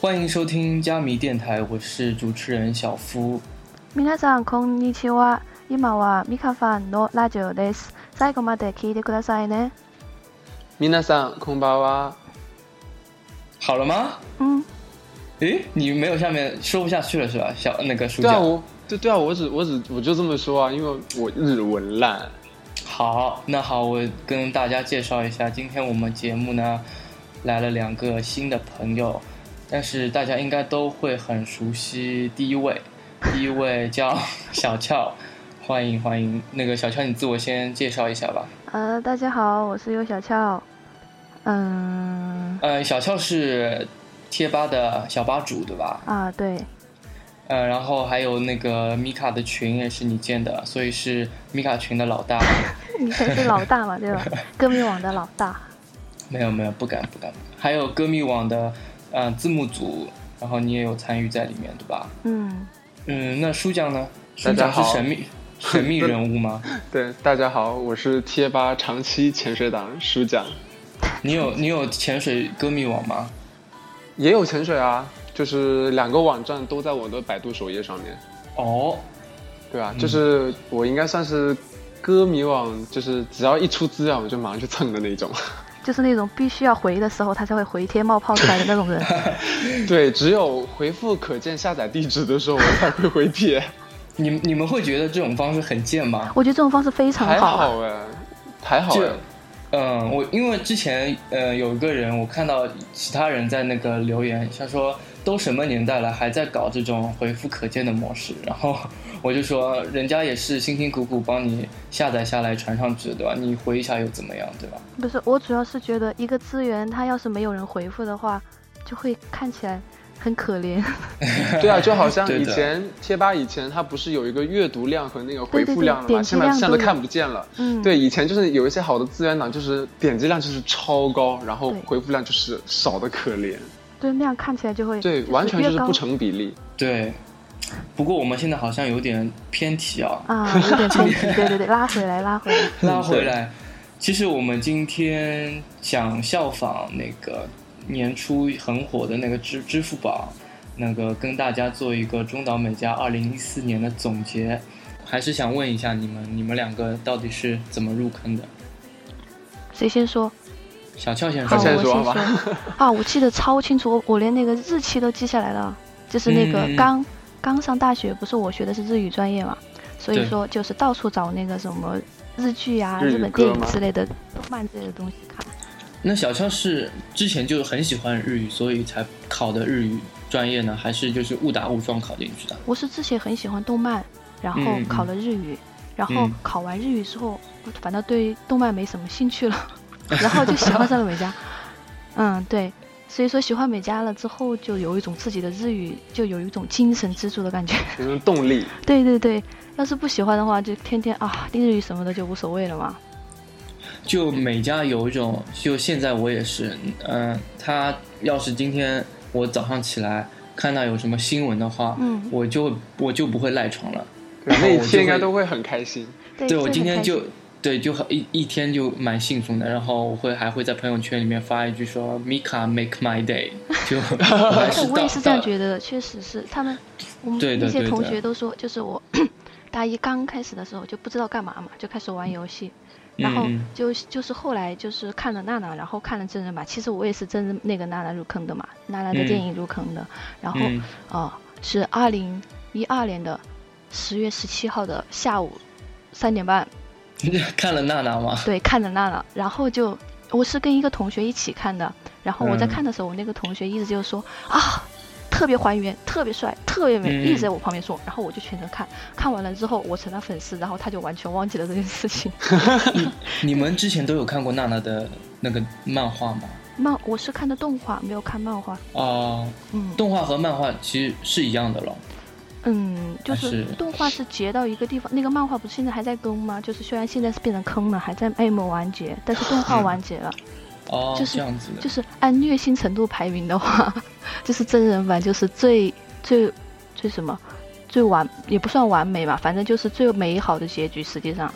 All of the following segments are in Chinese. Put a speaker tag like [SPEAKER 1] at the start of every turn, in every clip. [SPEAKER 1] 欢迎收听加迷电台，我是主持人小夫。
[SPEAKER 2] 皆さんこんにちは。今はミカファンのラジオです。最後まで聞いてくださいね。
[SPEAKER 3] 皆さんこんばんは。
[SPEAKER 1] 好了吗？
[SPEAKER 2] 嗯，
[SPEAKER 1] 诶，你没有下面说不下去了是吧？小那个暑
[SPEAKER 3] 对
[SPEAKER 1] 假
[SPEAKER 3] 啊，，我对对啊，我只我只我就这么说啊，因为我日文烂。
[SPEAKER 1] 好，那好，我跟大家介绍一下，今天我们节目呢来了两个新的朋友，但是大家应该都会很熟悉第一位，第一位叫小俏， 欢迎欢迎。那个小俏，你自我先介绍一下吧。
[SPEAKER 2] 呃，大家好，我是尤小俏。嗯，
[SPEAKER 1] 呃，小俏是贴吧的小吧主对吧？
[SPEAKER 2] 啊，对，
[SPEAKER 1] 呃，然后还有那个米卡的群也是你建的，所以是米卡群的老 大。
[SPEAKER 2] 你才是老大嘛，对吧？歌迷网的老大。
[SPEAKER 1] 没有没有，不敢不敢。还有歌迷网的呃字幕组，然后你也有参与在里面，对吧？
[SPEAKER 2] 嗯，
[SPEAKER 1] 嗯，那书酱呢？书
[SPEAKER 3] 大家
[SPEAKER 1] 酱是
[SPEAKER 3] 好
[SPEAKER 1] 神 秘神秘人物吗？
[SPEAKER 3] 对，大家好，我是贴吧长期潜水党舒奖，
[SPEAKER 1] 你有你有潜水歌迷网吗？
[SPEAKER 3] 也有潜水啊，就是两个网站都在我的百度首页上面，
[SPEAKER 1] 哦，
[SPEAKER 3] 对
[SPEAKER 2] 嗯
[SPEAKER 3] 啊，就是我应该算是歌迷网，就是只要一出资料我就马上去蹭的那种。
[SPEAKER 2] 就是那种必须要回的时候他才会回贴冒泡出来的那种 人。
[SPEAKER 3] 对，只有回复可见下载地址的时候我才会回 帖，
[SPEAKER 1] 你你们会觉得这种方式很贱吗？
[SPEAKER 2] 我觉得这种方式非常
[SPEAKER 3] 还
[SPEAKER 2] 好啊。
[SPEAKER 3] 好哎，还好
[SPEAKER 1] 就
[SPEAKER 3] 哎。
[SPEAKER 1] 嗯，我因为之前呃有一个人，我看到其他人在那个留言，他说都什么年代了，还在搞这种回复可见的模式，然后 我就说人家也是辛辛苦苦帮你下载下来传上去的，对吧？你回一下又怎么样，对吧？
[SPEAKER 2] 不是，我主要是觉得一个资源，它要是没有人回复的话，就会看起来很可怜。
[SPEAKER 3] 对啊，就好像
[SPEAKER 1] 对的
[SPEAKER 3] 以前贴吧以前它不是有一个阅读量和那个回复量了
[SPEAKER 2] 对对对点
[SPEAKER 3] 嘛，
[SPEAKER 2] 击
[SPEAKER 3] 现
[SPEAKER 2] 量
[SPEAKER 3] 在现在都
[SPEAKER 2] 都有
[SPEAKER 3] 看不见了。
[SPEAKER 2] 嗯，
[SPEAKER 3] 对，以前就是有一些好的资源档，就是点击量就是超高，然后
[SPEAKER 2] 对
[SPEAKER 3] 回复量就是少的可怜，
[SPEAKER 2] 对，那样看起来就会
[SPEAKER 3] 对，
[SPEAKER 2] 就
[SPEAKER 3] 完全就
[SPEAKER 2] 越
[SPEAKER 3] 是
[SPEAKER 2] 高
[SPEAKER 3] 不成比例。
[SPEAKER 1] 对。不过我们现在好像有点偏题啊，
[SPEAKER 2] 啊，有点 冲击，对对对，拉回来，拉回来。
[SPEAKER 1] 拉回来，其实我们今天想效仿那个年初很火的那个支支付宝，那个跟大家做一个中岛美嘉二零一四年的总结，还是想问一下你们，你们两个到底是怎么入坑的？
[SPEAKER 2] 谁先 说？
[SPEAKER 1] 小俏先说
[SPEAKER 2] 好，我
[SPEAKER 3] 好，先
[SPEAKER 2] 先
[SPEAKER 3] 说
[SPEAKER 2] 说
[SPEAKER 3] 吧。
[SPEAKER 2] 啊，我记得超清楚，我我连那个日期都记下来了。就是那个
[SPEAKER 1] 嗯
[SPEAKER 2] 刚、刚上大学，不是我学的是日语专业嘛，所以
[SPEAKER 1] 对
[SPEAKER 2] 说就是到处找那个什么日剧啊、
[SPEAKER 3] 日语
[SPEAKER 2] 日本电
[SPEAKER 3] 歌
[SPEAKER 2] 影
[SPEAKER 3] 吗
[SPEAKER 2] 之类的、动漫之类的东西看。
[SPEAKER 1] 那小俏是之前就很喜欢日语，所以才考的日语专业呢，还是就是误打误撞考进去的？
[SPEAKER 2] 我是之前很喜欢动漫，然后
[SPEAKER 1] 嗯嗯
[SPEAKER 2] 考了日语，然后
[SPEAKER 1] 嗯
[SPEAKER 2] 考完日语之后，我反倒对动漫没什么兴趣 了，然后就喜欢上了美嘉。 嗯，对，所以说喜欢美嘉了之后，就有一种自己的日语就有一种精神支柱的感觉。
[SPEAKER 3] 有没有动力？
[SPEAKER 2] 对对对，要是不喜欢的话，就天天啊日语什么的就无所谓了嘛。
[SPEAKER 1] 就美嘉有一种，就现在我也是，嗯、他要是今天我早上起来看到有什么新闻的话，
[SPEAKER 2] 嗯
[SPEAKER 1] 我就我就不会赖床了。
[SPEAKER 3] 对那
[SPEAKER 1] 我
[SPEAKER 3] 一
[SPEAKER 1] 就
[SPEAKER 3] 天应该
[SPEAKER 1] 会
[SPEAKER 3] 都会很开心。
[SPEAKER 2] 对，
[SPEAKER 1] 对
[SPEAKER 2] 所
[SPEAKER 1] 我
[SPEAKER 2] 以
[SPEAKER 1] 今
[SPEAKER 2] 很
[SPEAKER 1] 天
[SPEAKER 2] 开心
[SPEAKER 1] 就对就很一一天就蛮兴奋的，然后我会还会在朋友圈里面发一句说 “Mika make my day”，就我还 是
[SPEAKER 2] 我
[SPEAKER 1] 到
[SPEAKER 2] 也是这样
[SPEAKER 1] 到
[SPEAKER 2] 觉得的，确实是他们，我们
[SPEAKER 1] 对的
[SPEAKER 2] 那些
[SPEAKER 1] 对
[SPEAKER 2] 同
[SPEAKER 1] 的
[SPEAKER 2] 学都说，就是我 大一刚开始的时候就不知道干嘛嘛，就开始玩游戏，
[SPEAKER 1] 嗯
[SPEAKER 2] 然后
[SPEAKER 1] 嗯
[SPEAKER 2] 就就是后来就是看了娜娜，然后看了真人版，其实我也是真人那个娜娜入坑的嘛，娜娜的电影入坑的，然后
[SPEAKER 1] 嗯
[SPEAKER 2] 哦、是二零一二年的十月十七号的下午三点半，
[SPEAKER 1] 看了娜娜吗？
[SPEAKER 2] 对，看着娜娜，然后就我是跟一个同学一起看的，然后我在
[SPEAKER 1] 嗯
[SPEAKER 2] 看的时候，我那个同学一直就说啊，特别还原，特别帅，特别美，
[SPEAKER 1] 嗯
[SPEAKER 2] 一直在我旁边说，然后我就全程看，看完了之后我成了粉丝，然后他就完全忘记了这件事情。
[SPEAKER 1] 你们之前都有看过娜娜的那个漫画吗？
[SPEAKER 2] 漫我是看的动画，没有看漫画，
[SPEAKER 1] 啊、
[SPEAKER 2] 嗯
[SPEAKER 1] 动画和漫画其实是一样的咯。
[SPEAKER 2] 嗯，就
[SPEAKER 1] 还
[SPEAKER 2] 是
[SPEAKER 1] 是
[SPEAKER 2] 动画是截到一个地方，那个漫画不是现在还在更吗？就是虽然现在是变成坑了，还在爱某完结，但是动
[SPEAKER 3] 嗯
[SPEAKER 2] 画完结了。
[SPEAKER 1] 哦，
[SPEAKER 2] 就是
[SPEAKER 1] 这样子的。
[SPEAKER 2] 就是按虐心程度排名的话，就是真人版就是最最最什么最完也不算完美吧，反正就是最美好的结局。实际上，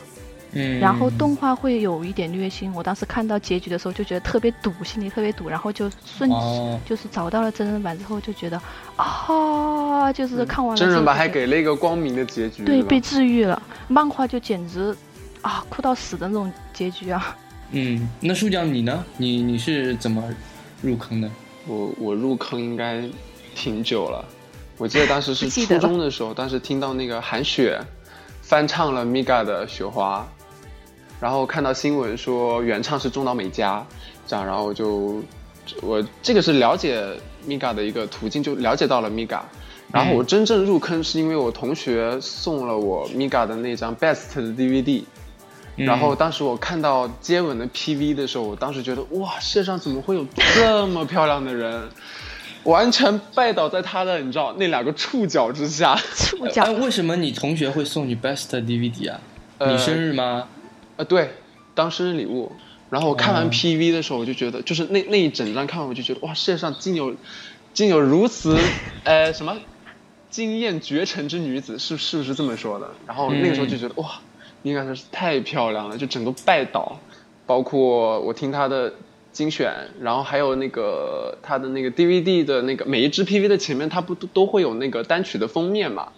[SPEAKER 1] 嗯，
[SPEAKER 2] 然后动画会有一点虐心，我当时看到结局的时候就觉得特别堵，心里特别堵，然后就顺、
[SPEAKER 1] 哦
[SPEAKER 2] 就是找到了真人版之后就觉得啊，就是看完了
[SPEAKER 3] 嗯真
[SPEAKER 2] 之
[SPEAKER 3] 人
[SPEAKER 2] 后
[SPEAKER 3] 版
[SPEAKER 2] 就
[SPEAKER 3] 还
[SPEAKER 2] 觉得
[SPEAKER 3] 给了一个光明的结局，
[SPEAKER 2] 对
[SPEAKER 3] 是吧
[SPEAKER 2] 被治愈了，漫画就简直啊哭到死的那种结局啊！
[SPEAKER 1] 嗯，那树酱你呢？你你是怎么入坑的？
[SPEAKER 3] 我我入坑应该挺久了，我记得当时是
[SPEAKER 2] 不记得
[SPEAKER 3] 初
[SPEAKER 2] 了
[SPEAKER 3] 中的时候，当时听到那个韩雪翻唱了 Miga 的《雪花》，然后看到新闻说原唱是中岛美嘉，这样，然后我就我这个是了解 Miga 的一个途径，就了解到了 Miga。然
[SPEAKER 2] 嗯
[SPEAKER 3] 后我真正入坑是因为我同学送了我 Miga 的那张 Best 的 DVD，、
[SPEAKER 1] 嗯
[SPEAKER 3] 然后当时我看到接吻的 PV 的时候，我当时觉得哇，世界上怎么会有这么漂亮的人？ 完全拜倒在他的，你知道那两个触角之下。
[SPEAKER 2] 触角
[SPEAKER 1] 哎，为什么你同学会送你 Best DVD 啊？
[SPEAKER 3] 呃
[SPEAKER 1] 你生日吗？
[SPEAKER 3] 啊，对，当生日礼物。然后我看完
[SPEAKER 1] 嗯
[SPEAKER 3] PV 的时候，我就觉得，就是那那一整张看完，我就觉得，哇，世界上竟有竟有如此 呃什么惊艳绝尘之女子，是是不是这么说的？然后那个时候就觉得，哇，应该是太漂亮了，就整个拜倒。包括我听她的精选，然后还有那个她的那个 DVD 的那个每一支 PV 的前面，它不都都会有那个单曲的封面嘛？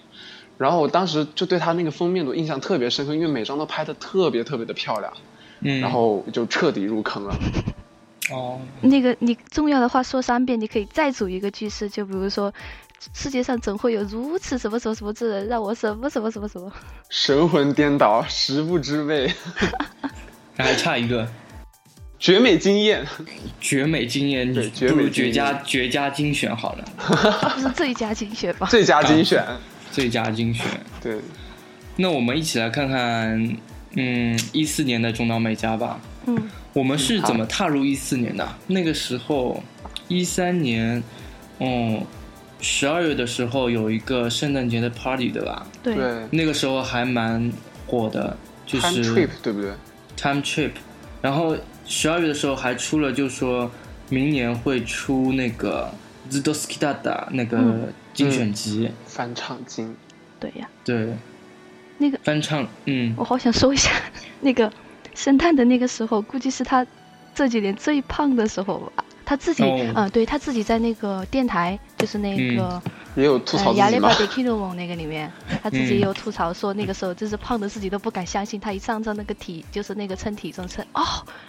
[SPEAKER 3] 然后我当时就对她那个封面的印象特别深刻，因为每张都拍的特别特别的漂亮，
[SPEAKER 1] 嗯，
[SPEAKER 3] 然后就彻底入坑了。
[SPEAKER 1] 哦，
[SPEAKER 2] 那个你重要的话说三遍，你可以再组一个句式，就比如说。世界上怎会有如此什么什么什么之人，让我什么什么什么什么？
[SPEAKER 3] 神魂颠倒，食不知味，
[SPEAKER 1] 还差一个
[SPEAKER 3] 绝美惊艳。
[SPEAKER 1] 绝美经验，
[SPEAKER 3] 对
[SPEAKER 1] 不如
[SPEAKER 3] 绝
[SPEAKER 1] 绝
[SPEAKER 3] 美经验
[SPEAKER 1] 佳绝佳精选好了，
[SPEAKER 2] 这不是最佳精选 吗？
[SPEAKER 3] 最佳精选。
[SPEAKER 1] 最佳精选。
[SPEAKER 3] 对，
[SPEAKER 1] 那我们一起来看看，嗯，一四年的中岛美嘉吧。
[SPEAKER 2] 嗯，
[SPEAKER 1] 我们是怎么踏入一四年的？那个时候，一三年，嗯，十二月的时候有一个圣诞节的 party，对吧？
[SPEAKER 2] 对，
[SPEAKER 3] 对
[SPEAKER 1] 那个时候还蛮火的，就
[SPEAKER 3] ，Time
[SPEAKER 1] 是
[SPEAKER 3] Trip 对不对？
[SPEAKER 1] Time Trip，然后十二月的时候还出了，就说明年会出那个 Zdowskidada 那个
[SPEAKER 2] 嗯
[SPEAKER 1] 精选集，
[SPEAKER 3] 翻唱经。
[SPEAKER 2] 对呀、
[SPEAKER 1] 对，
[SPEAKER 2] 那个哦
[SPEAKER 1] 翻唱，嗯，
[SPEAKER 2] 我好想说一下，那个圣诞的那个时候，估计是他这几年最胖的时候吧。他自己，
[SPEAKER 1] 哦
[SPEAKER 2] 嗯、对他自己在那个电台，就是那个、
[SPEAKER 3] 也有吐槽
[SPEAKER 2] 呃雅
[SPEAKER 3] 自己
[SPEAKER 2] 丽
[SPEAKER 3] 吗
[SPEAKER 2] 巴？德 k i n o m 那个里面，他自
[SPEAKER 1] 嗯
[SPEAKER 2] 己也有吐槽说，那个时候真是胖的自己都不敢相信，他一上上那个体，就是那个称体重称，哦，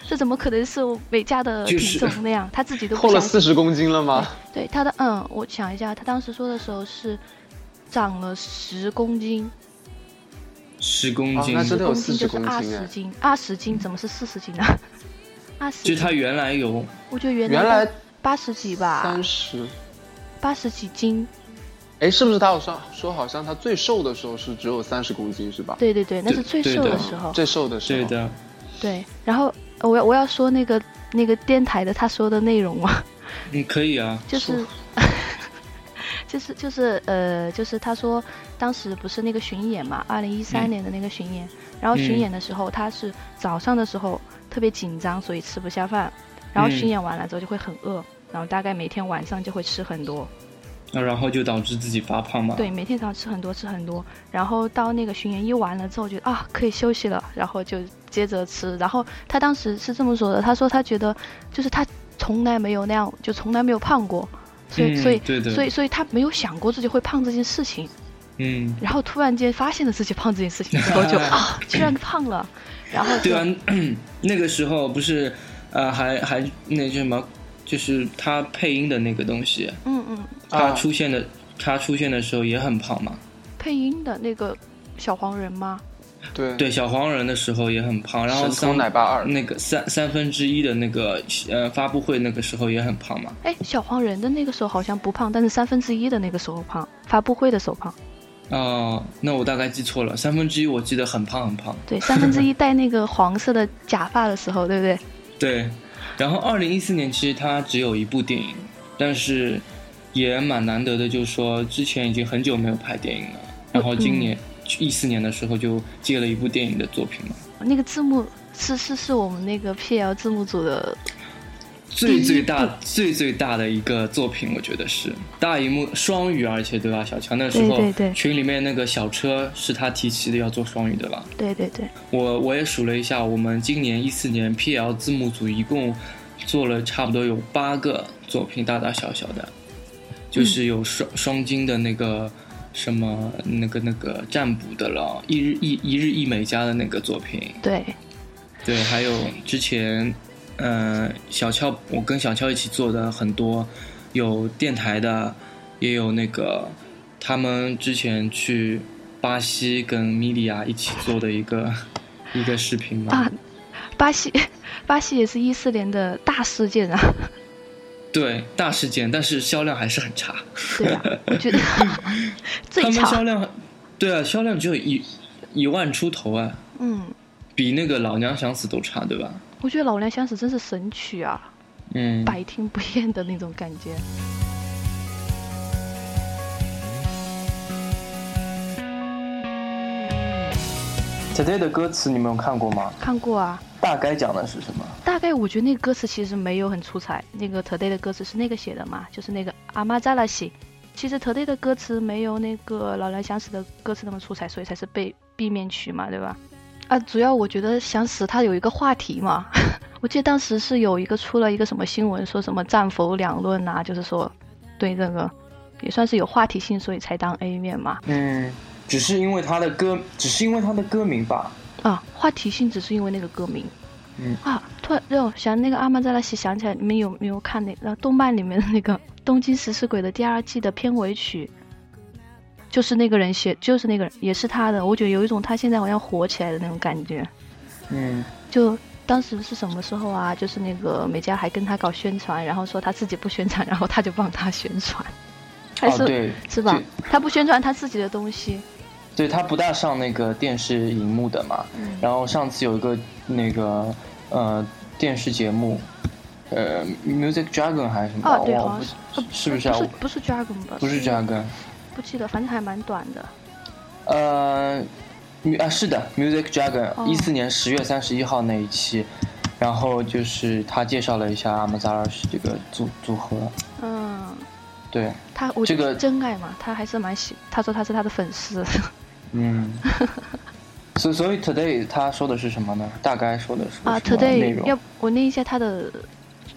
[SPEAKER 2] 这怎么可能是我美嘉的
[SPEAKER 1] 就
[SPEAKER 2] 体
[SPEAKER 1] 是
[SPEAKER 2] 重那样？他自己 都不
[SPEAKER 3] 扣了
[SPEAKER 2] 相信。
[SPEAKER 3] 四十公斤了吗？
[SPEAKER 2] 对他的，嗯，我想一下，他当时说的时候是长了十公斤，
[SPEAKER 1] 十公斤，
[SPEAKER 3] 哦那真的有
[SPEAKER 2] 公斤就是
[SPEAKER 3] 40公
[SPEAKER 2] 二
[SPEAKER 3] 斤
[SPEAKER 2] 十
[SPEAKER 3] 哎
[SPEAKER 2] 斤，二十斤怎么是四十斤呢？二十
[SPEAKER 1] 就他原来有，
[SPEAKER 2] 我觉得原
[SPEAKER 3] 原来
[SPEAKER 2] 八十几吧
[SPEAKER 3] 三，十。
[SPEAKER 2] 八十几斤，
[SPEAKER 3] 哎，是不是他好像说好像他最瘦的时候是只有三十公斤是吧？
[SPEAKER 2] 对对对，那
[SPEAKER 1] 对
[SPEAKER 2] 是最
[SPEAKER 1] 对
[SPEAKER 2] 瘦
[SPEAKER 1] 的
[SPEAKER 2] 的时候。
[SPEAKER 3] 最瘦的时
[SPEAKER 1] 对
[SPEAKER 3] 候。
[SPEAKER 1] 的，
[SPEAKER 2] 对，然后呃我要我要说那个那个电台的他说的内容啊，
[SPEAKER 1] 嗯，可以啊，
[SPEAKER 2] 就是。 就是就是呃，就是他说，当时不是那个巡演嘛，二零一三
[SPEAKER 1] 嗯
[SPEAKER 2] 年的那个巡演，然后巡
[SPEAKER 1] 嗯
[SPEAKER 2] 演的时候，他是早上的时候特别紧张，所以吃不下饭，然后巡
[SPEAKER 1] 嗯
[SPEAKER 2] 演完了之后就会很饿，然后大概每天晚上就会吃很多，
[SPEAKER 1] 那然后就导致自己发胖嘛，
[SPEAKER 2] 对，每天早上吃很多吃很多，然后到那个巡演一完了之后，觉得啊可以休息了，然后就接着吃。然后他当时是这么说的，他说他觉得就是他从来没有那样，就从来没有胖过，所以、
[SPEAKER 1] 嗯
[SPEAKER 2] 所以
[SPEAKER 1] 对的
[SPEAKER 2] 所以所以他没有想过自己会胖这件事情。
[SPEAKER 1] 嗯，
[SPEAKER 2] 然后突然间发现了自己胖这件事情之 后就，啊居然胖了，然后就
[SPEAKER 1] 对啊， 那个时候不是，呃，还还那什么，就是他配音的那个东西，
[SPEAKER 2] 嗯嗯，
[SPEAKER 1] 他
[SPEAKER 3] 啊
[SPEAKER 1] 出现的、他出现的时候也很胖嘛，
[SPEAKER 2] 配音的那个小黄人吗？
[SPEAKER 3] 对
[SPEAKER 1] 对，小黄人的时候也很胖，然后
[SPEAKER 3] 神
[SPEAKER 1] 三嗯
[SPEAKER 3] 偷奶爸二。
[SPEAKER 1] 那个三三分之一的那个呃发布会那个时候也很胖嘛。
[SPEAKER 2] 哎，小黄人的那个时候好像不胖，但是三分之一的那个时候胖，发布会的时候胖。
[SPEAKER 1] 哦、那我大概记错了，三分之一我记得很胖很胖。
[SPEAKER 2] 对，三分之一戴那个黄色的假发的时候，对不对？
[SPEAKER 1] 对，然后二零一四年其实它只有一部电影，但是也蛮难得的，就是说之前已经很久没有拍电影了，然后今年一四、14年的时候就接了一部电影的作品嘛。
[SPEAKER 2] 那个字幕是是是我们那个 P L 字幕组的
[SPEAKER 1] 最最
[SPEAKER 2] 嗯
[SPEAKER 1] 大最最大的一个作品，我觉得是大荧幕双语，而且对吧？小强那时候
[SPEAKER 2] 对对对
[SPEAKER 1] 群里面那个小车是他提起的要做双语，对吧？
[SPEAKER 2] 对对对，
[SPEAKER 1] 我我也数了一下，我们今年一四年 PL 字幕组一共做了差不多有八个作品，大大小小的，就是有双双金的那个什么那个那个占卜的了，一日一一日一美加的那个作品，
[SPEAKER 2] 对，
[SPEAKER 1] 对，还有之前，呃，小俏，我跟小俏一起做的很多，有电台的，也有那个他们之前去巴西跟米莉亚一起做的一个一个视频嘛
[SPEAKER 2] 啊。巴西， 巴西也是一四年的大事件啊。
[SPEAKER 1] 对，大事件，但是销量还是很差。
[SPEAKER 2] 对啊，我 觉得最
[SPEAKER 1] 他们销
[SPEAKER 2] 差。
[SPEAKER 1] 量，对啊，销量只有一一万出头啊，
[SPEAKER 2] 嗯，
[SPEAKER 1] 比那个《老娘想死》都差，对吧？
[SPEAKER 2] 我觉得《老娘想死》真是神曲啊，
[SPEAKER 1] 嗯，
[SPEAKER 2] 百听不厌的那种感觉。
[SPEAKER 1] Today 的歌词你们有看过吗？
[SPEAKER 2] 看过啊，
[SPEAKER 1] 大概讲的是什么？
[SPEAKER 2] 大概我觉得那个歌词其实没有很出彩。那个 Today 的歌词是那个写的嘛，就是那个阿玛扎拉西。其实 Today 的歌词没有那个《老娘想死》的歌词那么出彩，所以才是被 B 面曲嘛，对吧？啊，主要我觉得想死它有一个话题嘛。 我记得当时是有一个出了一个什么新闻，说什么战否两论呐、就是说对这个也算是有话题性，所以才当 A 面嘛。
[SPEAKER 1] 嗯，只是因为他的歌，只是因为他的歌名吧。
[SPEAKER 2] 啊，话题性只是因为那个歌名。
[SPEAKER 1] 嗯
[SPEAKER 2] 啊，突然让我想那个阿曼扎拉西，想起来你们有没有看那个动漫里面的那个《 东京食尸鬼》的第二季的片尾曲？就是那个人写，就是那个人，也是他的。我觉得有一种他现在好像火起来的那种感觉。
[SPEAKER 1] 嗯，
[SPEAKER 2] 就当时是什么时候啊？就是那个美嘉还跟他搞宣传，然后说他自己不宣传， 然后他就帮他宣传，还
[SPEAKER 1] 哦
[SPEAKER 2] 是、
[SPEAKER 1] 对，
[SPEAKER 2] 是吧
[SPEAKER 1] 对？
[SPEAKER 2] 他不宣传他自己的东西，
[SPEAKER 1] 对他不大上那个电视荧幕的嘛。然后上次有一个那个呃电视节目，呃 Music Dragon 还是什么？
[SPEAKER 2] 哦对
[SPEAKER 1] 我
[SPEAKER 2] 好像
[SPEAKER 1] 不
[SPEAKER 2] 是
[SPEAKER 1] 是不是啊？
[SPEAKER 2] 不是
[SPEAKER 1] 我
[SPEAKER 2] 不是 Dragon 吧？
[SPEAKER 1] 不是 Dragon，
[SPEAKER 2] 不记得，反正还蛮短的。
[SPEAKER 1] 呃。mu- 啊，是的，Music Dragon，
[SPEAKER 2] 哦
[SPEAKER 1] 一四、年十月三十一号那一期，然后就是他介绍了一下阿姆扎拉什这个组组合，
[SPEAKER 2] 嗯，
[SPEAKER 1] 对，
[SPEAKER 2] 他我
[SPEAKER 1] 这个
[SPEAKER 2] 真爱嘛，他还是蛮喜，他说他是他的 粉丝。
[SPEAKER 1] 嗯， 所以所以 today 他说的是什么呢？大概说的是
[SPEAKER 2] 啊
[SPEAKER 1] 什么内
[SPEAKER 2] ，today
[SPEAKER 1] 容
[SPEAKER 2] 要我念一下他的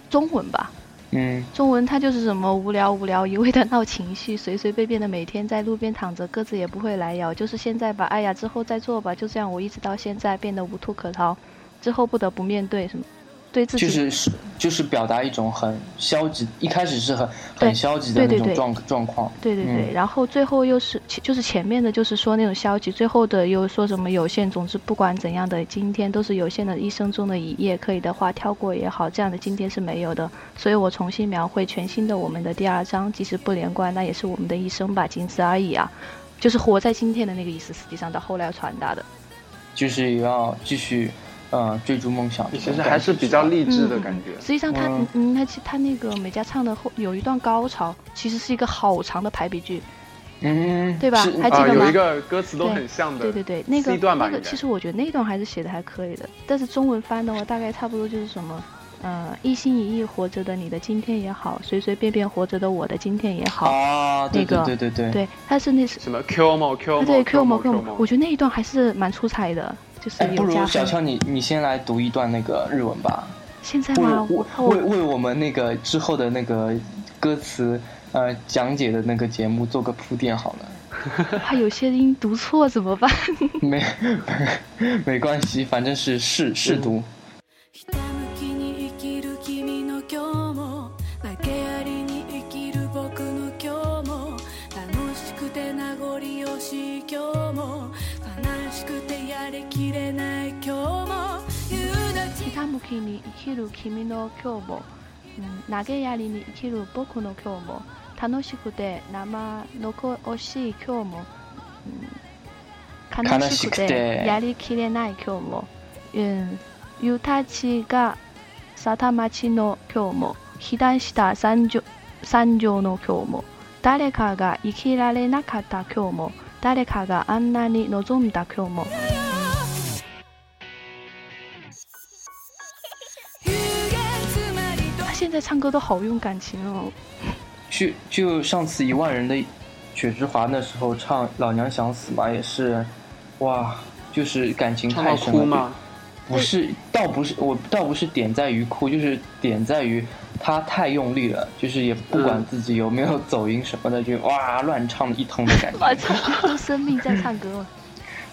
[SPEAKER 2] 中文吧。
[SPEAKER 1] 嗯
[SPEAKER 2] 中文它就是什么无聊无聊，一味的闹情绪，随随便便的每天在路边躺着，鸽子也不会来咬，就是现在吧，哎呀，之后再做吧，就这样，我一直到现在变得无兔可逃，之后不得不面对什么，对自己
[SPEAKER 1] 就是是就是表达一种很消极，一开始是很
[SPEAKER 2] 对
[SPEAKER 1] 很消极的
[SPEAKER 2] 对对
[SPEAKER 1] 那种
[SPEAKER 2] 对
[SPEAKER 1] 状状况。
[SPEAKER 2] 对对对，
[SPEAKER 1] 嗯
[SPEAKER 2] 然后最后又是其就是前面的就是说那种消极，最后的又说什么有限，总之不管怎样的今天都是有限的，一生中的一页，可以的话跳过也好，这样的今天是没有的，所以我重新描绘全新的我们的第二章，即使不连贯，那也是我们的一生吧，仅此而已啊，就是活在今天的那个意思，实际上到后来要传达的，
[SPEAKER 1] 就是也要继续呃追逐梦想。
[SPEAKER 3] 其实还是比较励志的
[SPEAKER 2] 嗯
[SPEAKER 3] 感觉。
[SPEAKER 2] 实际上他
[SPEAKER 1] 嗯
[SPEAKER 2] 嗯，他其他那个美嘉唱的后有一段高潮，其实是一个好长的排比句，
[SPEAKER 1] 嗯，
[SPEAKER 2] 对吧
[SPEAKER 1] 是
[SPEAKER 2] 还记
[SPEAKER 3] 啊、
[SPEAKER 2] 得吗
[SPEAKER 3] 有一个歌词都很像的，
[SPEAKER 2] 对对对，那个
[SPEAKER 3] C 段吧
[SPEAKER 2] 那个，
[SPEAKER 3] 应该
[SPEAKER 2] 其实我觉得那段还是写的还可以的，但是中文翻的话，大概差不多就是什么，呃，一心一意活着的你的今天也好，随随便便活着的我的今天也好，
[SPEAKER 1] 啊，对对
[SPEAKER 2] 那个
[SPEAKER 1] 对对对，
[SPEAKER 2] 对，但是那是
[SPEAKER 3] 什么 Q m o Q
[SPEAKER 2] 对
[SPEAKER 3] mo
[SPEAKER 2] 对 Q
[SPEAKER 3] 某
[SPEAKER 2] 某
[SPEAKER 3] Q
[SPEAKER 2] Q 某，我
[SPEAKER 3] mo，
[SPEAKER 2] 觉得那一段还是蛮出彩的，就是
[SPEAKER 1] 哎，不
[SPEAKER 2] 有加
[SPEAKER 1] 如小
[SPEAKER 2] 分。
[SPEAKER 1] 乔你你先来读一段那个日文吧，
[SPEAKER 2] 现在
[SPEAKER 1] 为
[SPEAKER 2] 吗？我
[SPEAKER 1] 为
[SPEAKER 2] 我
[SPEAKER 1] 为我们那个之后的那个歌词呃讲解的那个节目做个铺垫好了。
[SPEAKER 2] 怕有些音读错怎么办？
[SPEAKER 1] 没没关系，反正是试试
[SPEAKER 3] 嗯
[SPEAKER 1] 读。
[SPEAKER 4] ひたむきに生きる君の今日も投げやりに生きる僕の今日も楽しくて名残惜しい今日も悲しくてやりきれない今日も夕立ち
[SPEAKER 2] ひたむきに生きる君の今日も、うん、投げやりに生きる僕の今日も、楽しくて生残しい今日も、うん、悲しく
[SPEAKER 1] 悲しくて
[SPEAKER 2] てやりきれない今日も、うん、ゆたちがさたまちの今日も、飛弾した山上山上の今日も、誰かが生きられなかった今日も、誰かがあんなに望んだ今日も、
[SPEAKER 4] 夕がつまりと
[SPEAKER 2] 他现在唱歌都好用感情哦。
[SPEAKER 1] 去就上次一万人的雪之华那时候唱《老娘想死》嘛，也是，哇，就是感情
[SPEAKER 3] 唱
[SPEAKER 1] 太
[SPEAKER 3] 到
[SPEAKER 1] 深
[SPEAKER 3] 哭
[SPEAKER 1] 了。
[SPEAKER 3] 吗？
[SPEAKER 1] 不是，倒不是我，倒不是点在于哭，就是点在于他太用力了，就是也不管
[SPEAKER 3] 嗯
[SPEAKER 1] 自己有没有走音什么的，就哇乱唱一通的感 觉。
[SPEAKER 2] 我操，用生命在唱歌嘛。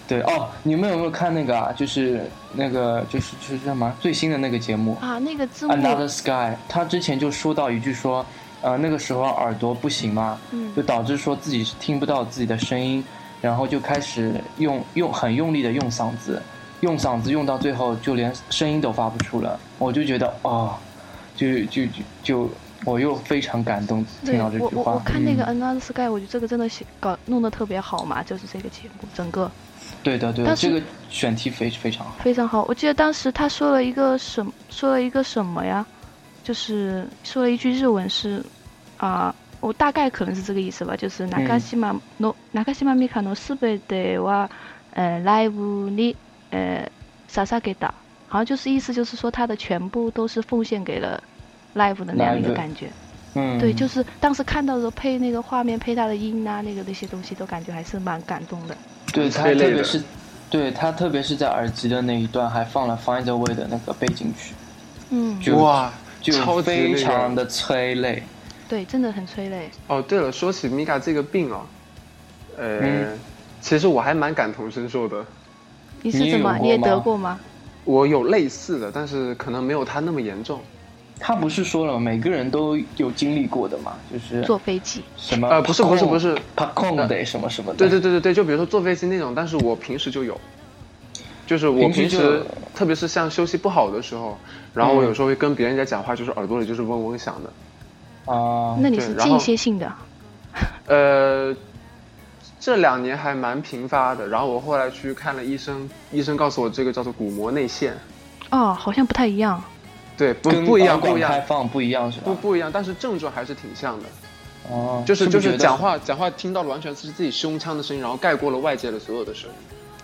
[SPEAKER 1] 对哦，你们有没有看那个啊？就是那个就是就是叫什么啊最新的那个节目
[SPEAKER 2] 啊，那个字幕，
[SPEAKER 1] Another Sky，他之前就说到一句说，呃那个时候耳朵不行嘛，
[SPEAKER 2] 嗯
[SPEAKER 1] 就导致说自己是听不到自己的声音，然后就开始用用很用力的用嗓子，用嗓子用到最后就连声音都发不出了，我就觉得哦，就就就就我又非常感动听
[SPEAKER 2] 对
[SPEAKER 1] 到这
[SPEAKER 2] 我
[SPEAKER 1] 句
[SPEAKER 2] 我
[SPEAKER 1] 话。
[SPEAKER 2] 我看那个《
[SPEAKER 1] 嗯
[SPEAKER 2] Another Sky》，我觉得这个真的写搞弄得特别好嘛，就是这个节目整个
[SPEAKER 1] 嗯对的对的，
[SPEAKER 2] 当时
[SPEAKER 1] 这个选题非非常好。
[SPEAKER 2] 非常好。我记得当时他说了一个什说了一个什么呀，就是说了一句日文是啊、我大概可能是这个意思吧，就是中島
[SPEAKER 1] 嗯
[SPEAKER 2] の中島美香のすべては呃ライブに呃捧げた，好像就是意思就是说他的全部都是奉献给了 live 的那样一个
[SPEAKER 1] live
[SPEAKER 2] 感觉。
[SPEAKER 1] 嗯，
[SPEAKER 2] 对，就是当时看到的时候配那个画面配他的音啊，那个那些东西都感觉还是蛮感动的。
[SPEAKER 1] 对他
[SPEAKER 3] 催
[SPEAKER 1] 特
[SPEAKER 3] 泪
[SPEAKER 1] 别
[SPEAKER 3] 的
[SPEAKER 1] 是，对他特别是在耳机的那一段还放了 Find a Way 的那个背景曲，
[SPEAKER 2] 嗯，
[SPEAKER 1] 就
[SPEAKER 3] 哇，
[SPEAKER 1] 就
[SPEAKER 3] 超级那
[SPEAKER 1] 非
[SPEAKER 3] 个
[SPEAKER 1] 常的催泪。
[SPEAKER 2] 对，真的很催泪。
[SPEAKER 3] 哦，对了，说起米卡这个病哦，呃，
[SPEAKER 1] 嗯
[SPEAKER 3] 其实我还蛮感同身受的。
[SPEAKER 2] 你
[SPEAKER 1] 你
[SPEAKER 2] 是
[SPEAKER 1] 也
[SPEAKER 2] 怎
[SPEAKER 1] 有
[SPEAKER 2] 么？
[SPEAKER 1] 过
[SPEAKER 2] 你也得
[SPEAKER 1] 吗
[SPEAKER 2] 过吗？
[SPEAKER 3] 我有类似的，但是可能没有他那么严重。
[SPEAKER 1] 他不是说了每个人都有经历过的嘛，就是
[SPEAKER 2] 坐飞机。
[SPEAKER 1] 什么
[SPEAKER 3] 呃不是不是不是
[SPEAKER 1] 怕空的什么什么的，
[SPEAKER 3] 对对对对对，就比如说坐飞机那种，但是我平时就有，就是我
[SPEAKER 1] 平时
[SPEAKER 3] 平
[SPEAKER 1] 就
[SPEAKER 3] 时特别是像休息不好的时候，然后我有时候会跟别人在讲话，就是耳朵里就是嗡嗡响的。
[SPEAKER 1] 啊，
[SPEAKER 2] 那你
[SPEAKER 3] 对
[SPEAKER 2] 是
[SPEAKER 3] 然后
[SPEAKER 2] 间歇性的，
[SPEAKER 3] 呃，这两年还蛮频发的。然后我后来去看了医生，医生告诉我这个叫做鼓膜内陷。
[SPEAKER 2] 哦，好像不太一样。
[SPEAKER 3] 对，不
[SPEAKER 1] 跟
[SPEAKER 3] 不一样，
[SPEAKER 1] 导管
[SPEAKER 3] 不一
[SPEAKER 1] 开
[SPEAKER 3] 样，
[SPEAKER 1] 放不一样是吧？
[SPEAKER 3] 不不一样，但是症状还是挺像的。
[SPEAKER 1] 哦，
[SPEAKER 3] 就是就
[SPEAKER 1] 不
[SPEAKER 3] 是
[SPEAKER 1] 觉得
[SPEAKER 3] 讲话讲话听到了完全是自己胸腔的声音，然后盖过了外界的所有的声音。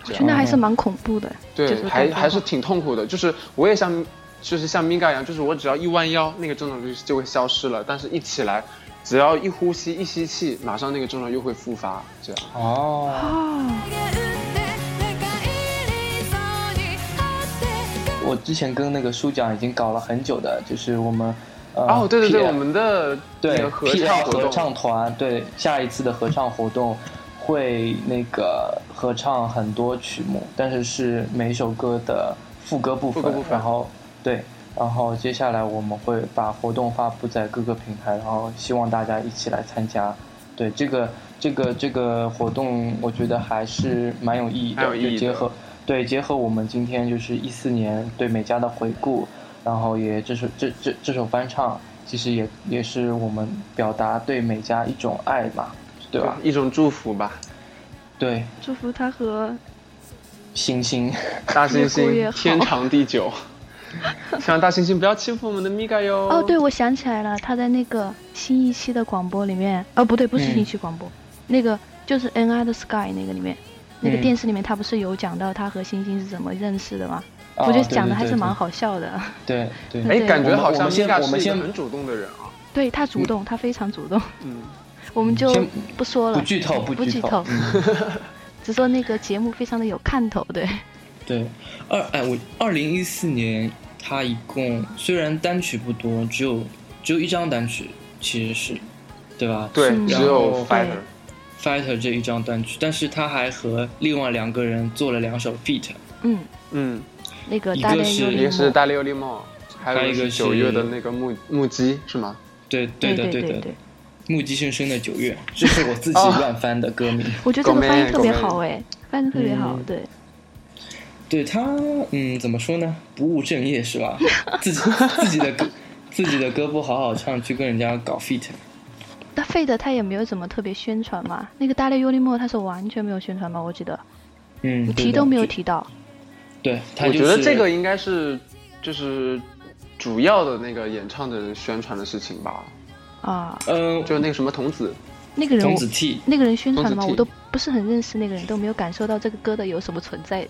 [SPEAKER 2] 我
[SPEAKER 1] 哦
[SPEAKER 2] 觉得那还是蛮恐怖的。就是
[SPEAKER 3] 对，还
[SPEAKER 2] 感觉
[SPEAKER 3] 还是
[SPEAKER 2] 到
[SPEAKER 3] 挺痛苦的。就是我也像，就是像 Mika 一样，就是我只要一弯腰，那个症状就就会消失了。但是一起来，只要一呼吸一吸气，马上那个症状又会复发。这样，
[SPEAKER 1] 哦，
[SPEAKER 2] 哦，
[SPEAKER 4] 「願って寝返りそうにあって」
[SPEAKER 1] 我之前跟那个舒奖已经搞了很久的，就是我们呃
[SPEAKER 3] 哦，对对对，
[SPEAKER 1] PL
[SPEAKER 3] 我们的那
[SPEAKER 1] 对
[SPEAKER 3] 个合唱
[SPEAKER 1] PL
[SPEAKER 3] 活
[SPEAKER 1] 合
[SPEAKER 3] 动，
[SPEAKER 1] 唱团，对下一次的合唱活动会那个合唱很多曲目，但是是每一首歌的副歌部分，
[SPEAKER 3] 副歌部分
[SPEAKER 1] 然后对，然后接下来我们会把活动发布在各个平台，然后希望大家一起来参加。对这个这个这个活动，我觉得还是蛮有意义的，
[SPEAKER 3] 蛮有意义
[SPEAKER 1] 就结
[SPEAKER 3] 的
[SPEAKER 1] 合对结合我们今天就是一四年对美嘉的回顾，然后也这首这这这首翻唱，其实也也是我们表达对美嘉一种爱嘛，对吧？
[SPEAKER 3] 一种祝福吧，
[SPEAKER 1] 对，
[SPEAKER 2] 祝福他和
[SPEAKER 1] 星 星，
[SPEAKER 3] 大猩
[SPEAKER 2] 越过越
[SPEAKER 3] 猩
[SPEAKER 2] 好
[SPEAKER 3] 天长 地久。希望大猩猩不要欺负我们的 Mika 哟。
[SPEAKER 2] 哦，对，我想起来了，他在那个新一期的广播里面，哦，不对，不是
[SPEAKER 1] 嗯
[SPEAKER 2] 新一期广播，那个就是 N I 的 Sky 那个里面，那个
[SPEAKER 1] 嗯
[SPEAKER 2] 电视里面他不是有讲到他和星星是怎么认识的吗？
[SPEAKER 1] 啊
[SPEAKER 2] 我觉得
[SPEAKER 1] 对对
[SPEAKER 2] 讲的还是
[SPEAKER 1] 对
[SPEAKER 2] 蛮好笑的。
[SPEAKER 1] 对对。
[SPEAKER 3] 哎，
[SPEAKER 2] 对
[SPEAKER 3] 感觉
[SPEAKER 1] 我们
[SPEAKER 3] 好
[SPEAKER 1] 我
[SPEAKER 3] 像
[SPEAKER 1] 们先
[SPEAKER 3] Mika
[SPEAKER 1] 我们
[SPEAKER 3] 是一个
[SPEAKER 1] 先
[SPEAKER 3] 很主动的人啊。
[SPEAKER 2] 对他主动，他非常主动，
[SPEAKER 3] 嗯，
[SPEAKER 2] 我们就
[SPEAKER 1] 先
[SPEAKER 2] 不说了，
[SPEAKER 1] 不剧透，不
[SPEAKER 2] 不
[SPEAKER 1] 剧
[SPEAKER 2] 剧
[SPEAKER 1] 透
[SPEAKER 2] 透，
[SPEAKER 1] 嗯、
[SPEAKER 2] 只说那个节目非常的有看头，对，
[SPEAKER 1] 对，二哎，我二零一四年，他一共虽然单曲不多，只有只有一张单曲，其实是，对吧？
[SPEAKER 3] 对
[SPEAKER 2] 嗯，
[SPEAKER 3] 只
[SPEAKER 1] 然后
[SPEAKER 3] 有 Fighter。
[SPEAKER 1] Fighter 这一张单曲，但是他还和另外两个人做了两首 feat，
[SPEAKER 2] 嗯，
[SPEAKER 3] 嗯，
[SPEAKER 2] 那个
[SPEAKER 1] 一个
[SPEAKER 2] 大连
[SPEAKER 1] 是
[SPEAKER 2] 幽
[SPEAKER 3] 一
[SPEAKER 2] 灵
[SPEAKER 3] 个是
[SPEAKER 2] 梦，
[SPEAKER 3] 大六利莫，还
[SPEAKER 1] 还有一
[SPEAKER 3] 有一
[SPEAKER 1] 个
[SPEAKER 3] 个
[SPEAKER 1] 是
[SPEAKER 3] 九月的那个木木鸡是吗？
[SPEAKER 1] 对
[SPEAKER 2] 对
[SPEAKER 1] 的
[SPEAKER 2] 对
[SPEAKER 1] 的，
[SPEAKER 2] 对，
[SPEAKER 1] 木鸡先生的九月，这是我自己
[SPEAKER 3] 哦
[SPEAKER 1] 乱翻的歌名。
[SPEAKER 2] 我觉得这个翻译特别好
[SPEAKER 3] 狗
[SPEAKER 2] 哎，翻译特别好
[SPEAKER 1] 嗯，
[SPEAKER 2] 对，
[SPEAKER 1] 对他，嗯，怎么说呢？不务正业是 吧？自己自己的歌，自己的歌不好好唱，去跟人家搞 feat。
[SPEAKER 2] 但费德他也没有怎么特别宣传嘛，那个大连幽灵梦他是完全没有宣传嘛，我记得
[SPEAKER 1] 嗯，对
[SPEAKER 2] 提
[SPEAKER 1] 的
[SPEAKER 2] 都没有
[SPEAKER 1] 就
[SPEAKER 2] 提到，
[SPEAKER 1] 对，他
[SPEAKER 3] 我
[SPEAKER 1] 就是
[SPEAKER 3] 觉得这个应该是就是主要的那个演唱的人宣传的事情吧，
[SPEAKER 2] 啊，
[SPEAKER 1] 呃，
[SPEAKER 3] 就是那个什么童子，
[SPEAKER 2] 那个人
[SPEAKER 1] 童
[SPEAKER 2] 我
[SPEAKER 1] 子 T，
[SPEAKER 2] 那个人宣传的嘛，
[SPEAKER 3] 童子 T
[SPEAKER 2] 我都不是很认识那个人，都没有感受到这个歌的有什么存在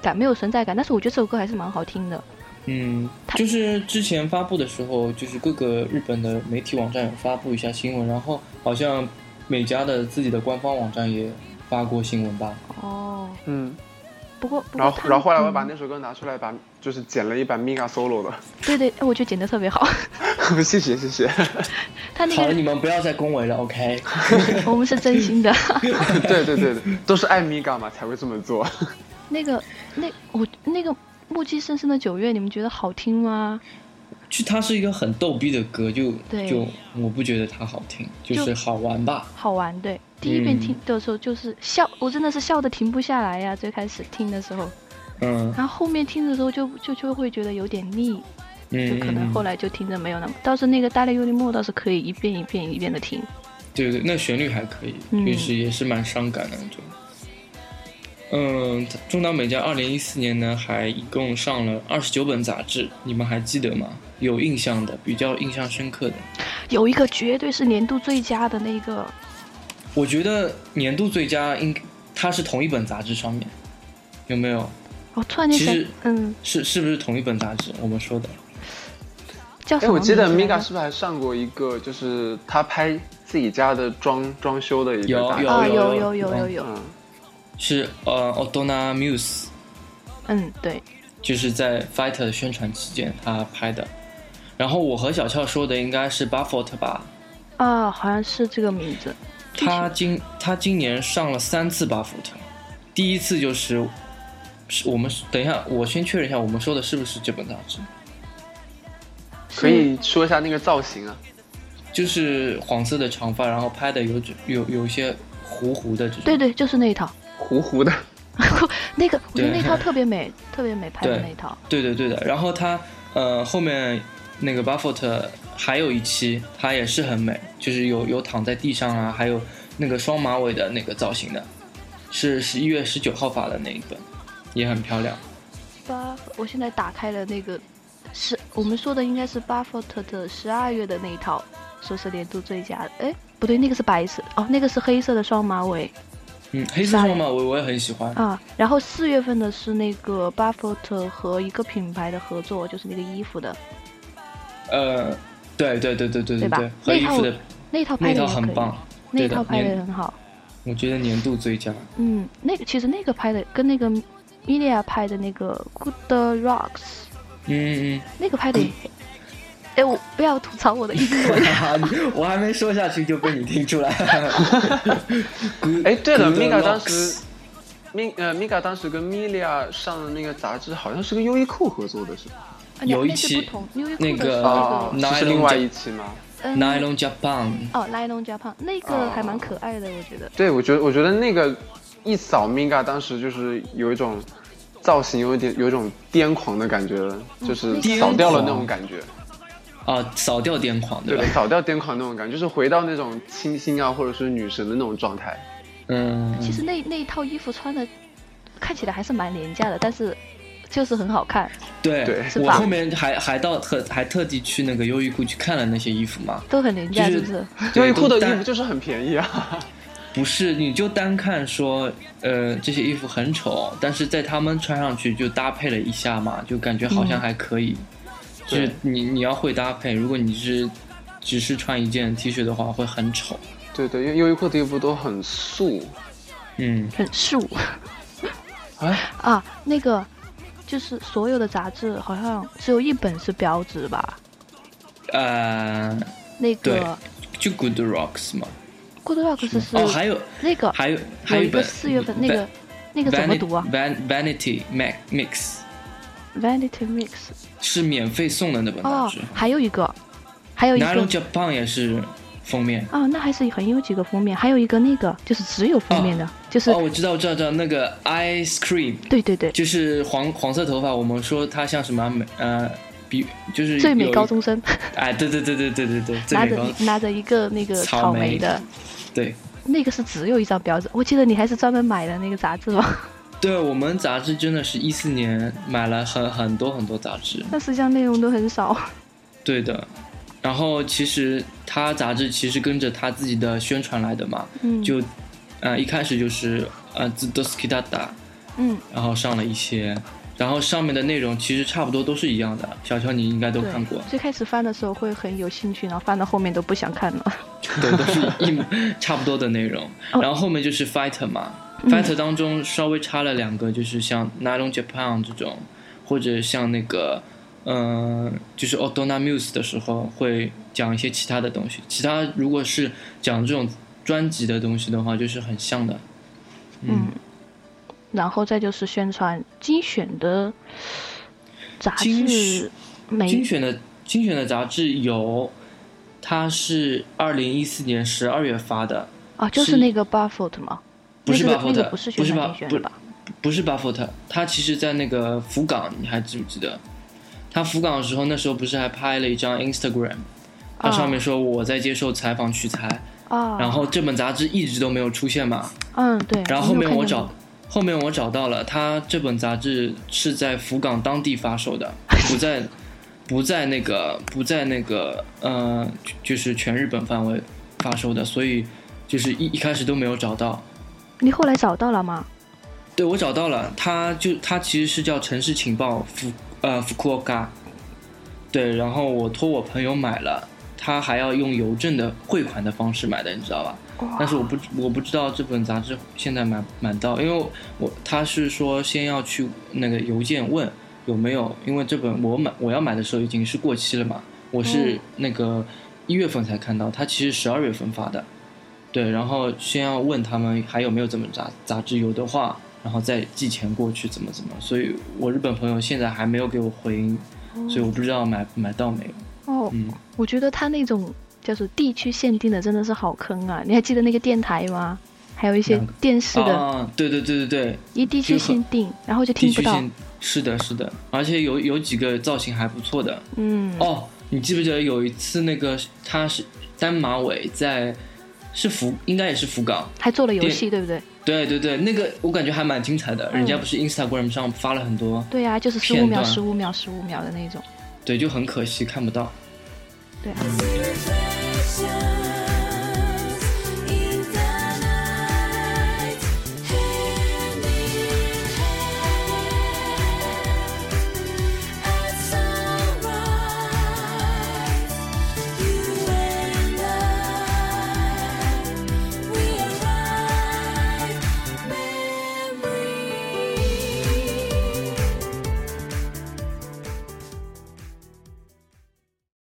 [SPEAKER 2] 感，没有存在感，但是我觉得这首歌还是蛮好听的，
[SPEAKER 1] 嗯，就是之前发布的时候，就是各个日本的媒体网站有发布一下新闻，然后好像美嘉的自己的官方网站也发过新闻吧？
[SPEAKER 2] 哦，
[SPEAKER 3] 嗯，
[SPEAKER 2] 不过不过
[SPEAKER 3] 然后
[SPEAKER 2] 他
[SPEAKER 3] 然后后来
[SPEAKER 2] 嗯
[SPEAKER 3] 我把那首歌拿出来，把就是剪了一版 Mika solo 的，
[SPEAKER 2] 对对，哎我觉得剪得特别好。
[SPEAKER 3] 谢谢谢谢，
[SPEAKER 2] 他那
[SPEAKER 1] 好了，
[SPEAKER 2] 个
[SPEAKER 1] 你们不要再恭维了，OK？
[SPEAKER 2] 我们是真心 的。
[SPEAKER 3] 对对对对，都是爱 Mika 嘛才会这么做，
[SPEAKER 2] 那个那我那个木屐深深的九月，你们觉得好听吗？
[SPEAKER 1] 就它是一个很逗逼的歌，就
[SPEAKER 2] 对
[SPEAKER 1] 就我不觉得它好听，就是
[SPEAKER 2] 就
[SPEAKER 1] 好玩吧。
[SPEAKER 2] 好玩，对。第一遍
[SPEAKER 1] 嗯
[SPEAKER 2] 听的时候就是笑，我真的是笑的停不下来呀、最开始听的时候，
[SPEAKER 1] 嗯
[SPEAKER 2] 然后后面听的时候就就就会觉得有点腻，就
[SPEAKER 1] 嗯，
[SPEAKER 2] 可能
[SPEAKER 1] 嗯
[SPEAKER 2] 后来就听着没有那么。倒是那个《大内幽灵梦》倒是可以一遍一遍一遍的听，
[SPEAKER 1] 嗯对对，那旋律还可以，
[SPEAKER 2] 嗯
[SPEAKER 1] 就是也是蛮伤感的那种。嗯，中岛美嘉二零一四年呢，还一共上了二十九本杂志，你们还记得吗？有印象的，比较印象深刻的，
[SPEAKER 2] 有一个绝对是年度最佳的那个，
[SPEAKER 1] 我觉得年度最佳应它是同一本杂志上面，有没有？
[SPEAKER 2] 我突然间
[SPEAKER 1] 其
[SPEAKER 2] 想
[SPEAKER 1] 实，
[SPEAKER 2] 嗯，
[SPEAKER 1] 是是不是同一本杂志？我们说的
[SPEAKER 2] 叫什
[SPEAKER 3] 哎，
[SPEAKER 2] 么
[SPEAKER 3] 我
[SPEAKER 2] 名
[SPEAKER 3] 记
[SPEAKER 2] 字
[SPEAKER 3] 得
[SPEAKER 2] 来着？
[SPEAKER 3] Mika 是不是还上过一个，就是他拍自己家的装装修的一个
[SPEAKER 1] 有
[SPEAKER 3] 杂志
[SPEAKER 2] 啊，
[SPEAKER 1] 有
[SPEAKER 2] 有
[SPEAKER 1] 有
[SPEAKER 2] 有有
[SPEAKER 1] 有
[SPEAKER 2] 有有，
[SPEAKER 3] 嗯，
[SPEAKER 1] 是呃 o d o n a Muse，
[SPEAKER 2] 嗯，对，
[SPEAKER 1] 就是在 Fighter 宣传期间他拍的。然后我和小俏说的应该是 Buffett 吧，
[SPEAKER 2] 啊，好像是这个名字，
[SPEAKER 1] 他今他今年上了三次巴福特，第一次就是，是我们等一下，我先确认一下我们说的是不是这本杂志，
[SPEAKER 3] 可以说一下那个造型啊，
[SPEAKER 1] 就是黄色的长发，然后拍的有只有有一些糊糊的这种。
[SPEAKER 2] 对对，就是那一套，
[SPEAKER 3] 糊糊的，
[SPEAKER 2] 那个我觉
[SPEAKER 1] 对
[SPEAKER 2] 得那套特别美，特别美拍的
[SPEAKER 1] 对
[SPEAKER 2] 那一套，
[SPEAKER 1] 对对对的。然后他呃后面那个巴福特还有一期，他也是很美，就是有有躺在地上啊，还有那个双马尾的那个造型的，是十一月十九号发的那一本，也很漂亮。
[SPEAKER 2] 八，我现在打开了那个，是我们说的应该是巴菲特的十二月的那一套，说是年度最佳的。哎，不对，那个是白色，哦，那个是黑色的双马尾
[SPEAKER 1] 嗯，黑色双马尾我也很喜欢。
[SPEAKER 2] 啊。然后四月份的是那个巴菲特和一个品牌的合作，就是那个衣服的
[SPEAKER 1] 呃，对对对对对
[SPEAKER 2] 对吧
[SPEAKER 1] 对，和衣服的
[SPEAKER 2] 那套拍
[SPEAKER 1] 那
[SPEAKER 2] 的
[SPEAKER 1] 套
[SPEAKER 2] 也可
[SPEAKER 1] 很
[SPEAKER 2] 以，
[SPEAKER 1] 棒，
[SPEAKER 2] 那
[SPEAKER 1] 对的
[SPEAKER 2] 套拍的也
[SPEAKER 1] 年
[SPEAKER 2] 很好。
[SPEAKER 1] 我觉得年度最佳。
[SPEAKER 2] 嗯，那个其实那个拍的跟那个米莉亚拍的那个 Good Rocks
[SPEAKER 1] 嗯嗯
[SPEAKER 2] 那个 拍的也，哎，我不要吐槽我的英文。啊
[SPEAKER 1] 嗯，我还没说下去就被你听出来 了。
[SPEAKER 3] 哎，对了
[SPEAKER 1] Good
[SPEAKER 3] ，Mika 当
[SPEAKER 1] Looks
[SPEAKER 3] 时，Mi 呃，Mika 当时跟 Milia 上的那个杂志好像是跟优衣库合作的是吧？
[SPEAKER 2] 啊两
[SPEAKER 1] 有一
[SPEAKER 2] 那是
[SPEAKER 1] 期
[SPEAKER 2] 不同优衣库
[SPEAKER 1] 那
[SPEAKER 2] 的是
[SPEAKER 1] 个
[SPEAKER 2] 那
[SPEAKER 3] 啊
[SPEAKER 2] 个，
[SPEAKER 1] Nylon
[SPEAKER 3] 是另外一期吗？
[SPEAKER 2] 嗯
[SPEAKER 1] Nylon Japan，
[SPEAKER 2] 哦，Nylon Japan 那个
[SPEAKER 1] 哦
[SPEAKER 2] 还蛮可爱的，我觉得。
[SPEAKER 3] 对，我觉得我觉得那个一扫 Mika 当时就是有一种造型有一点有一种癫狂的感觉了，就是
[SPEAKER 1] 嗯
[SPEAKER 3] 扫掉了
[SPEAKER 1] 癫狂
[SPEAKER 3] 那种感觉。
[SPEAKER 1] 啊，扫掉癫狂，
[SPEAKER 3] 对
[SPEAKER 1] 吧
[SPEAKER 3] 的，？扫掉癫狂那种感觉，就是回到那种清新啊，或者是女神的那种状态。
[SPEAKER 1] 嗯，
[SPEAKER 2] 其实那那一套衣服穿的看起来还是蛮廉价的，但是就是很好看，
[SPEAKER 1] 对
[SPEAKER 3] 对，
[SPEAKER 2] 是
[SPEAKER 1] 我
[SPEAKER 2] 吧
[SPEAKER 1] 后面还还到特还特地去那个优衣库去看了那些衣服 嘛。
[SPEAKER 2] 都很廉价，
[SPEAKER 1] 就是
[SPEAKER 2] 是不是？
[SPEAKER 3] 优
[SPEAKER 1] 对
[SPEAKER 3] 衣库的
[SPEAKER 1] 都
[SPEAKER 3] 衣
[SPEAKER 1] 单
[SPEAKER 3] 服就是很便宜啊，
[SPEAKER 1] 不是，你就单看说，呃，这些衣服很丑，但是在他们穿上去就搭配了一下嘛，就感觉好
[SPEAKER 2] 嗯
[SPEAKER 1] 像还可以。就是
[SPEAKER 3] 对
[SPEAKER 1] 你你要会搭配，如果你是只是穿一件 T 恤的话，会很丑。
[SPEAKER 3] 对对，因为优衣库的衣服都很素。
[SPEAKER 1] 嗯，
[SPEAKER 2] 很 素
[SPEAKER 3] 哎，
[SPEAKER 2] 啊，那个就是所有的杂志好像只有一本是标志吧？
[SPEAKER 1] 呃，
[SPEAKER 2] 那
[SPEAKER 1] 对
[SPEAKER 2] 个，
[SPEAKER 1] 就 Good Rocks 嘛。
[SPEAKER 2] Good Rocks 是
[SPEAKER 1] 哦，还有
[SPEAKER 2] 那个
[SPEAKER 1] 还有还
[SPEAKER 2] 有
[SPEAKER 1] 有
[SPEAKER 2] 一
[SPEAKER 1] 一
[SPEAKER 2] 个
[SPEAKER 1] 本
[SPEAKER 2] 四月份那个那个怎么读啊
[SPEAKER 1] Van Vanity Mac Mix
[SPEAKER 2] ？Vanity Mix
[SPEAKER 1] 是免费送的那本杂
[SPEAKER 2] 哦
[SPEAKER 1] 志。，
[SPEAKER 2] 还有一个，还有一
[SPEAKER 1] n a r o
[SPEAKER 2] 个
[SPEAKER 1] Japan 也是封面。
[SPEAKER 2] 哦，那还是很有几个封面，还有一个那个就是只有封面的，就是、
[SPEAKER 1] 哦，我知道，我知道，知道那个 Ice Cream。
[SPEAKER 2] 对对对，
[SPEAKER 1] 就是黄黄色头发，我们说她像什么美呃，比就是
[SPEAKER 2] 最美
[SPEAKER 1] 有一
[SPEAKER 2] 高中生
[SPEAKER 1] 哎，对对对对对对对，最
[SPEAKER 2] 拿
[SPEAKER 1] 美
[SPEAKER 2] 着
[SPEAKER 1] 高
[SPEAKER 2] 拿着一个那个
[SPEAKER 1] 草
[SPEAKER 2] 草
[SPEAKER 1] 莓
[SPEAKER 2] 莓的，
[SPEAKER 1] 对
[SPEAKER 2] 那个是只有一张标志，我记得你还是专门买了那个杂志哦吧？
[SPEAKER 1] 对，我们杂志真的是一四年买了很很多很多杂志，
[SPEAKER 2] 但实际上内容都很少。
[SPEAKER 1] 对的。然后其实他杂志其实跟着他自己的宣传来的嘛，
[SPEAKER 2] 嗯，
[SPEAKER 1] 就呃一开始就是呃 z d o s k i d a t a
[SPEAKER 2] 嗯
[SPEAKER 1] 然后上了一些然后上面的内容其实差不多都是一样的。小乔你应该都
[SPEAKER 2] 对
[SPEAKER 1] 看过，，
[SPEAKER 2] 最开始翻的时候会很有兴趣，然后翻到后面都不想看了。
[SPEAKER 1] 对，都是一模差不多的内容。
[SPEAKER 2] 哦嗯
[SPEAKER 1] 然后后面就是 Fighter 嘛、f i g h t e r 当中稍微插了两个，就是像 Nylon Japan 这种，或者像那个，嗯、就是 Odona Muse 的时候会讲一些其他的东西。其他如果是讲这种专辑的东西的话，就是很像的。
[SPEAKER 2] 嗯，然后再就是宣传精选的杂
[SPEAKER 1] 精
[SPEAKER 2] 志
[SPEAKER 1] 选
[SPEAKER 2] 媒
[SPEAKER 1] 精，选的精选的杂志有，它是二零一四年十二月发的，
[SPEAKER 2] 啊，就是
[SPEAKER 1] 是
[SPEAKER 2] 那个 Buffett 嘛，
[SPEAKER 1] 不是
[SPEAKER 2] 那个
[SPEAKER 1] Buffett，
[SPEAKER 2] 那个不是
[SPEAKER 1] 不
[SPEAKER 2] 宣
[SPEAKER 1] 是
[SPEAKER 2] 传
[SPEAKER 1] Buff-
[SPEAKER 2] 精选
[SPEAKER 1] 不
[SPEAKER 2] 的
[SPEAKER 1] 是
[SPEAKER 2] 吧？
[SPEAKER 1] 不是 Buffett，他其实在那个福冈，你还记不记得？他福冈的时候，那时候不是还拍了一张 Instagram，他上面说我在接受采访取材，
[SPEAKER 2] 啊，
[SPEAKER 1] 然后这本杂志一直都没有出现嘛，
[SPEAKER 2] 嗯对，
[SPEAKER 1] 然后后
[SPEAKER 2] 没有
[SPEAKER 1] 面我
[SPEAKER 2] 看见
[SPEAKER 1] 找，后面我找到了，他这本杂志是在福冈当地发售 的，不在，不在那个不在那个呃，就就是全日本范围发售的，所以就是一一开始都没有找到。
[SPEAKER 2] 你后来找到了吗？
[SPEAKER 1] 对我找到了，它就它其实是叫城市情报福呃福库嘎，对，然后我托我朋友买了，他还要用邮政的汇款的方式买的，你知道吧？但是我不我不知道这本杂志现在买买到，因为我他是说先要去那个邮件问有没有，因为这本我买我要买的时候已经是过期了嘛，我是那个一月份才看到，它其实十二月份发的，对，然后先要问他们还有没有这本杂杂志，有的话，然后再寄钱过去怎么怎么，所以我日本朋友现在还没有给我回音，所以我不知道买买到没有，
[SPEAKER 2] 哦，
[SPEAKER 1] 嗯，
[SPEAKER 2] 我觉得他那种叫做地区限定的真的是好坑啊！你还记得那个电台吗？还有一些
[SPEAKER 1] 哪个
[SPEAKER 2] 电视的，
[SPEAKER 1] 啊，对对对对对，
[SPEAKER 2] 一地区
[SPEAKER 1] 就很
[SPEAKER 2] 限定，然后就
[SPEAKER 1] 地
[SPEAKER 2] 听不
[SPEAKER 1] 区
[SPEAKER 2] 到。
[SPEAKER 1] 性是的，是的，而且有有几个造型还不错的。
[SPEAKER 2] 嗯，
[SPEAKER 1] 哦，你记不记得有一次那个他是单马尾在是福，应该也是福冈。
[SPEAKER 2] 还做了游戏，对不对？
[SPEAKER 1] 对对对，那个我感觉还蛮精彩的。人
[SPEAKER 2] 嗯
[SPEAKER 1] 家不是 Instagram 上发了很多，
[SPEAKER 2] 对呀、就是十
[SPEAKER 1] 片
[SPEAKER 2] 五秒、
[SPEAKER 1] 段
[SPEAKER 2] 十五秒、十五秒的那种。
[SPEAKER 1] 对，就很可惜看不到。
[SPEAKER 2] 对、啊
[SPEAKER 4] reflection